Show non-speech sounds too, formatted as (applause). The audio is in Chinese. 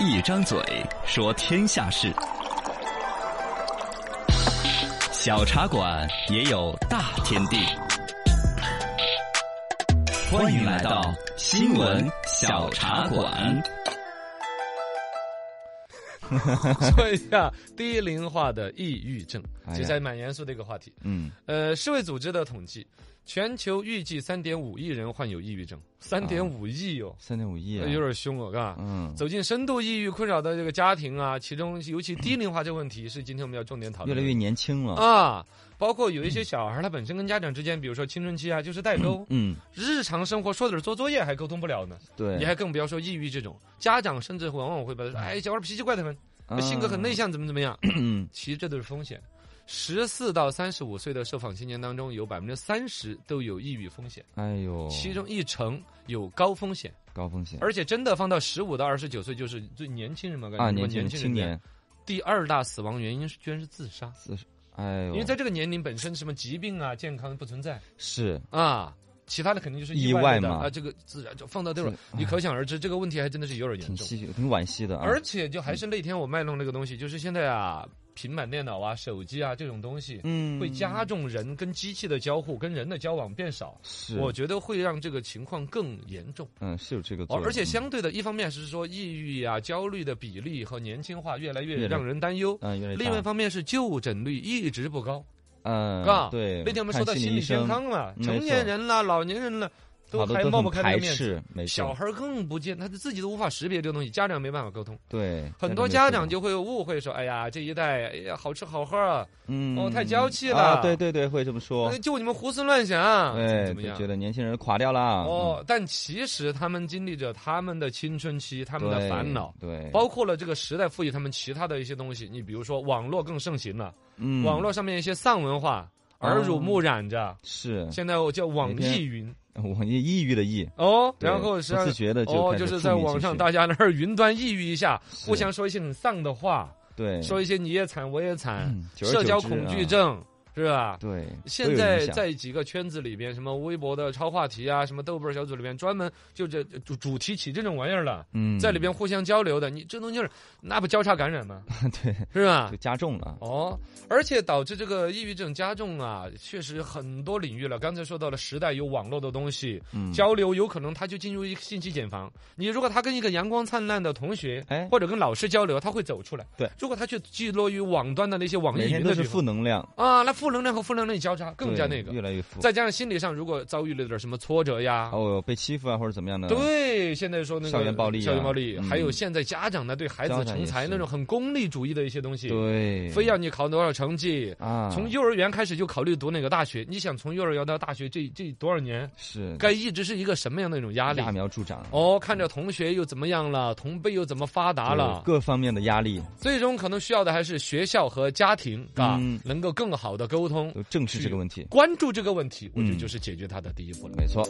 一张嘴说天下事，小茶馆也有大天地。欢迎来到新闻小茶馆。 (laughs) 说一下低龄化的抑郁症，哎呀其实还蛮严肃的一个话题。嗯，呃，世卫组织的统计，全球预计三点五亿人患有抑郁症，三点五亿哟、三点五亿啊，有点凶哦，嘎。嗯，走进深度抑郁困扰的这个家庭啊，其中尤其低龄化这个问题是今天我们要重点越讨论来的。越年轻了，啊，包括有一些小孩儿他本身跟家长之间，比如说青春期啊，就是代沟，嗯，日常生活说点儿做作业还沟通不了呢，对，嗯你还更不要说抑郁这种。家长甚至往往会把他说，哎，小孩儿脾气怪的很，啊性格很内，向，怎么怎 (clears throat) 么样。嗯其实这都是风险。十四到三十五岁的受访青年当中，有百分之三十都有抑郁风险，哎呦，其中一成有高风险，高风险而且真的放到十五到二十九岁，就是最年轻人嘛，感觉啊，如果年年轻轻青人年，第二大死亡原因是居然是自杀，哎呦，因为在这个年龄本身什么疾病啊、健康不存在是啊，其他的肯定就是意外外的嘛啊，这个自然就放到这会儿是，啊你可想而知，这个问题还真的是有点严挺重。唏嘘，挺惋惜的啊，而且就还是那天我卖弄那个东西，就是现在啊，平板电脑啊、手机啊这种东西，嗯，会加重人跟机器的交互、跟人的交往变少，是，我觉得会让这个情况更严重。嗯是有这个作哦，用，而且嗯相对的，一方面是说抑郁啊、焦虑的比例和年轻化越来越越来让人担忧。嗯，越来越另外一大方面是就诊率一直不高，嘎嗯，对，那天我们看说到心心理理医健生，康了，嗯没成年错人了、老年人了，好多还都冒很不开这排个面子，斥，没小错，孩儿更不见，他自己都无法识别这个东西，家长没办法沟通，对，很多家长就就会误会说，哎呀，这一代哎呀好吃好喝啊，嗯哦太娇气啊了对对对，会这么说哎，就你们胡思乱想，啊怎么对，怎哦么哎就样觉？得年轻人垮掉了，嗯哦，但其实他们经历着他们的青春期，他嗯，们的对烦恼，，对，包括了这个时代赋予他们其他的一些东西。你比如说，网络更盛行了，嗯网络上面一些丧文化，耳濡目染着。是现在我叫网每天易云我抑郁的抑，哦，对然后是不自觉的就哦，开始就是负在面网情上绪大家那儿云端抑郁一下，是互相说一些很丧的话，对说一些你也惨我也惨，嗯久而社久交之恐啊惧症是吧？对，都现有在影响在几个圈子里边，什么微博的超话题啊，什么豆瓣小组里面，专门就这主主题起这种玩意儿了，嗯在里边互相交流的，你这东西就是那不交叉感染吗？ (laughs) 对是吧就？加重了，哦，而且导致这个抑郁症加重啊，确实很多领域了。刚才说到了时代有网络的东西，嗯，交流有可能他就进入一个信息茧房。你如果他跟一个阳光灿烂的同学，哎或者跟老师交流，他会走出来。对，如果他去聚落于网端的那些网易每云天的都地是方负能量，啊，那负能量和负能量交叉，更加对那个。越来越负，再加上心理上如果遭遇了点什么挫折呀，哦被欺负啊或者怎么样的，对，现在说那个校园暴力啊校园暴力，嗯还有现在家长呢对孩子家长成也才是那种很功利主义的一些东西，对，非要你考多少成绩。啊，从幼儿园开始就考虑读哪个大学，你想从幼儿园到大学这这多少年，是该一直是一个什么样的一种压力？揠苗助长，哦，看着同学又怎么样了，同辈又怎么发达对了，各方面的压力最终可能需要的还是学校和家庭啊，嗯能够更好的沟通，都正视去这个问题，关注这个问题，我觉得嗯就是解决它的第一步了。没错。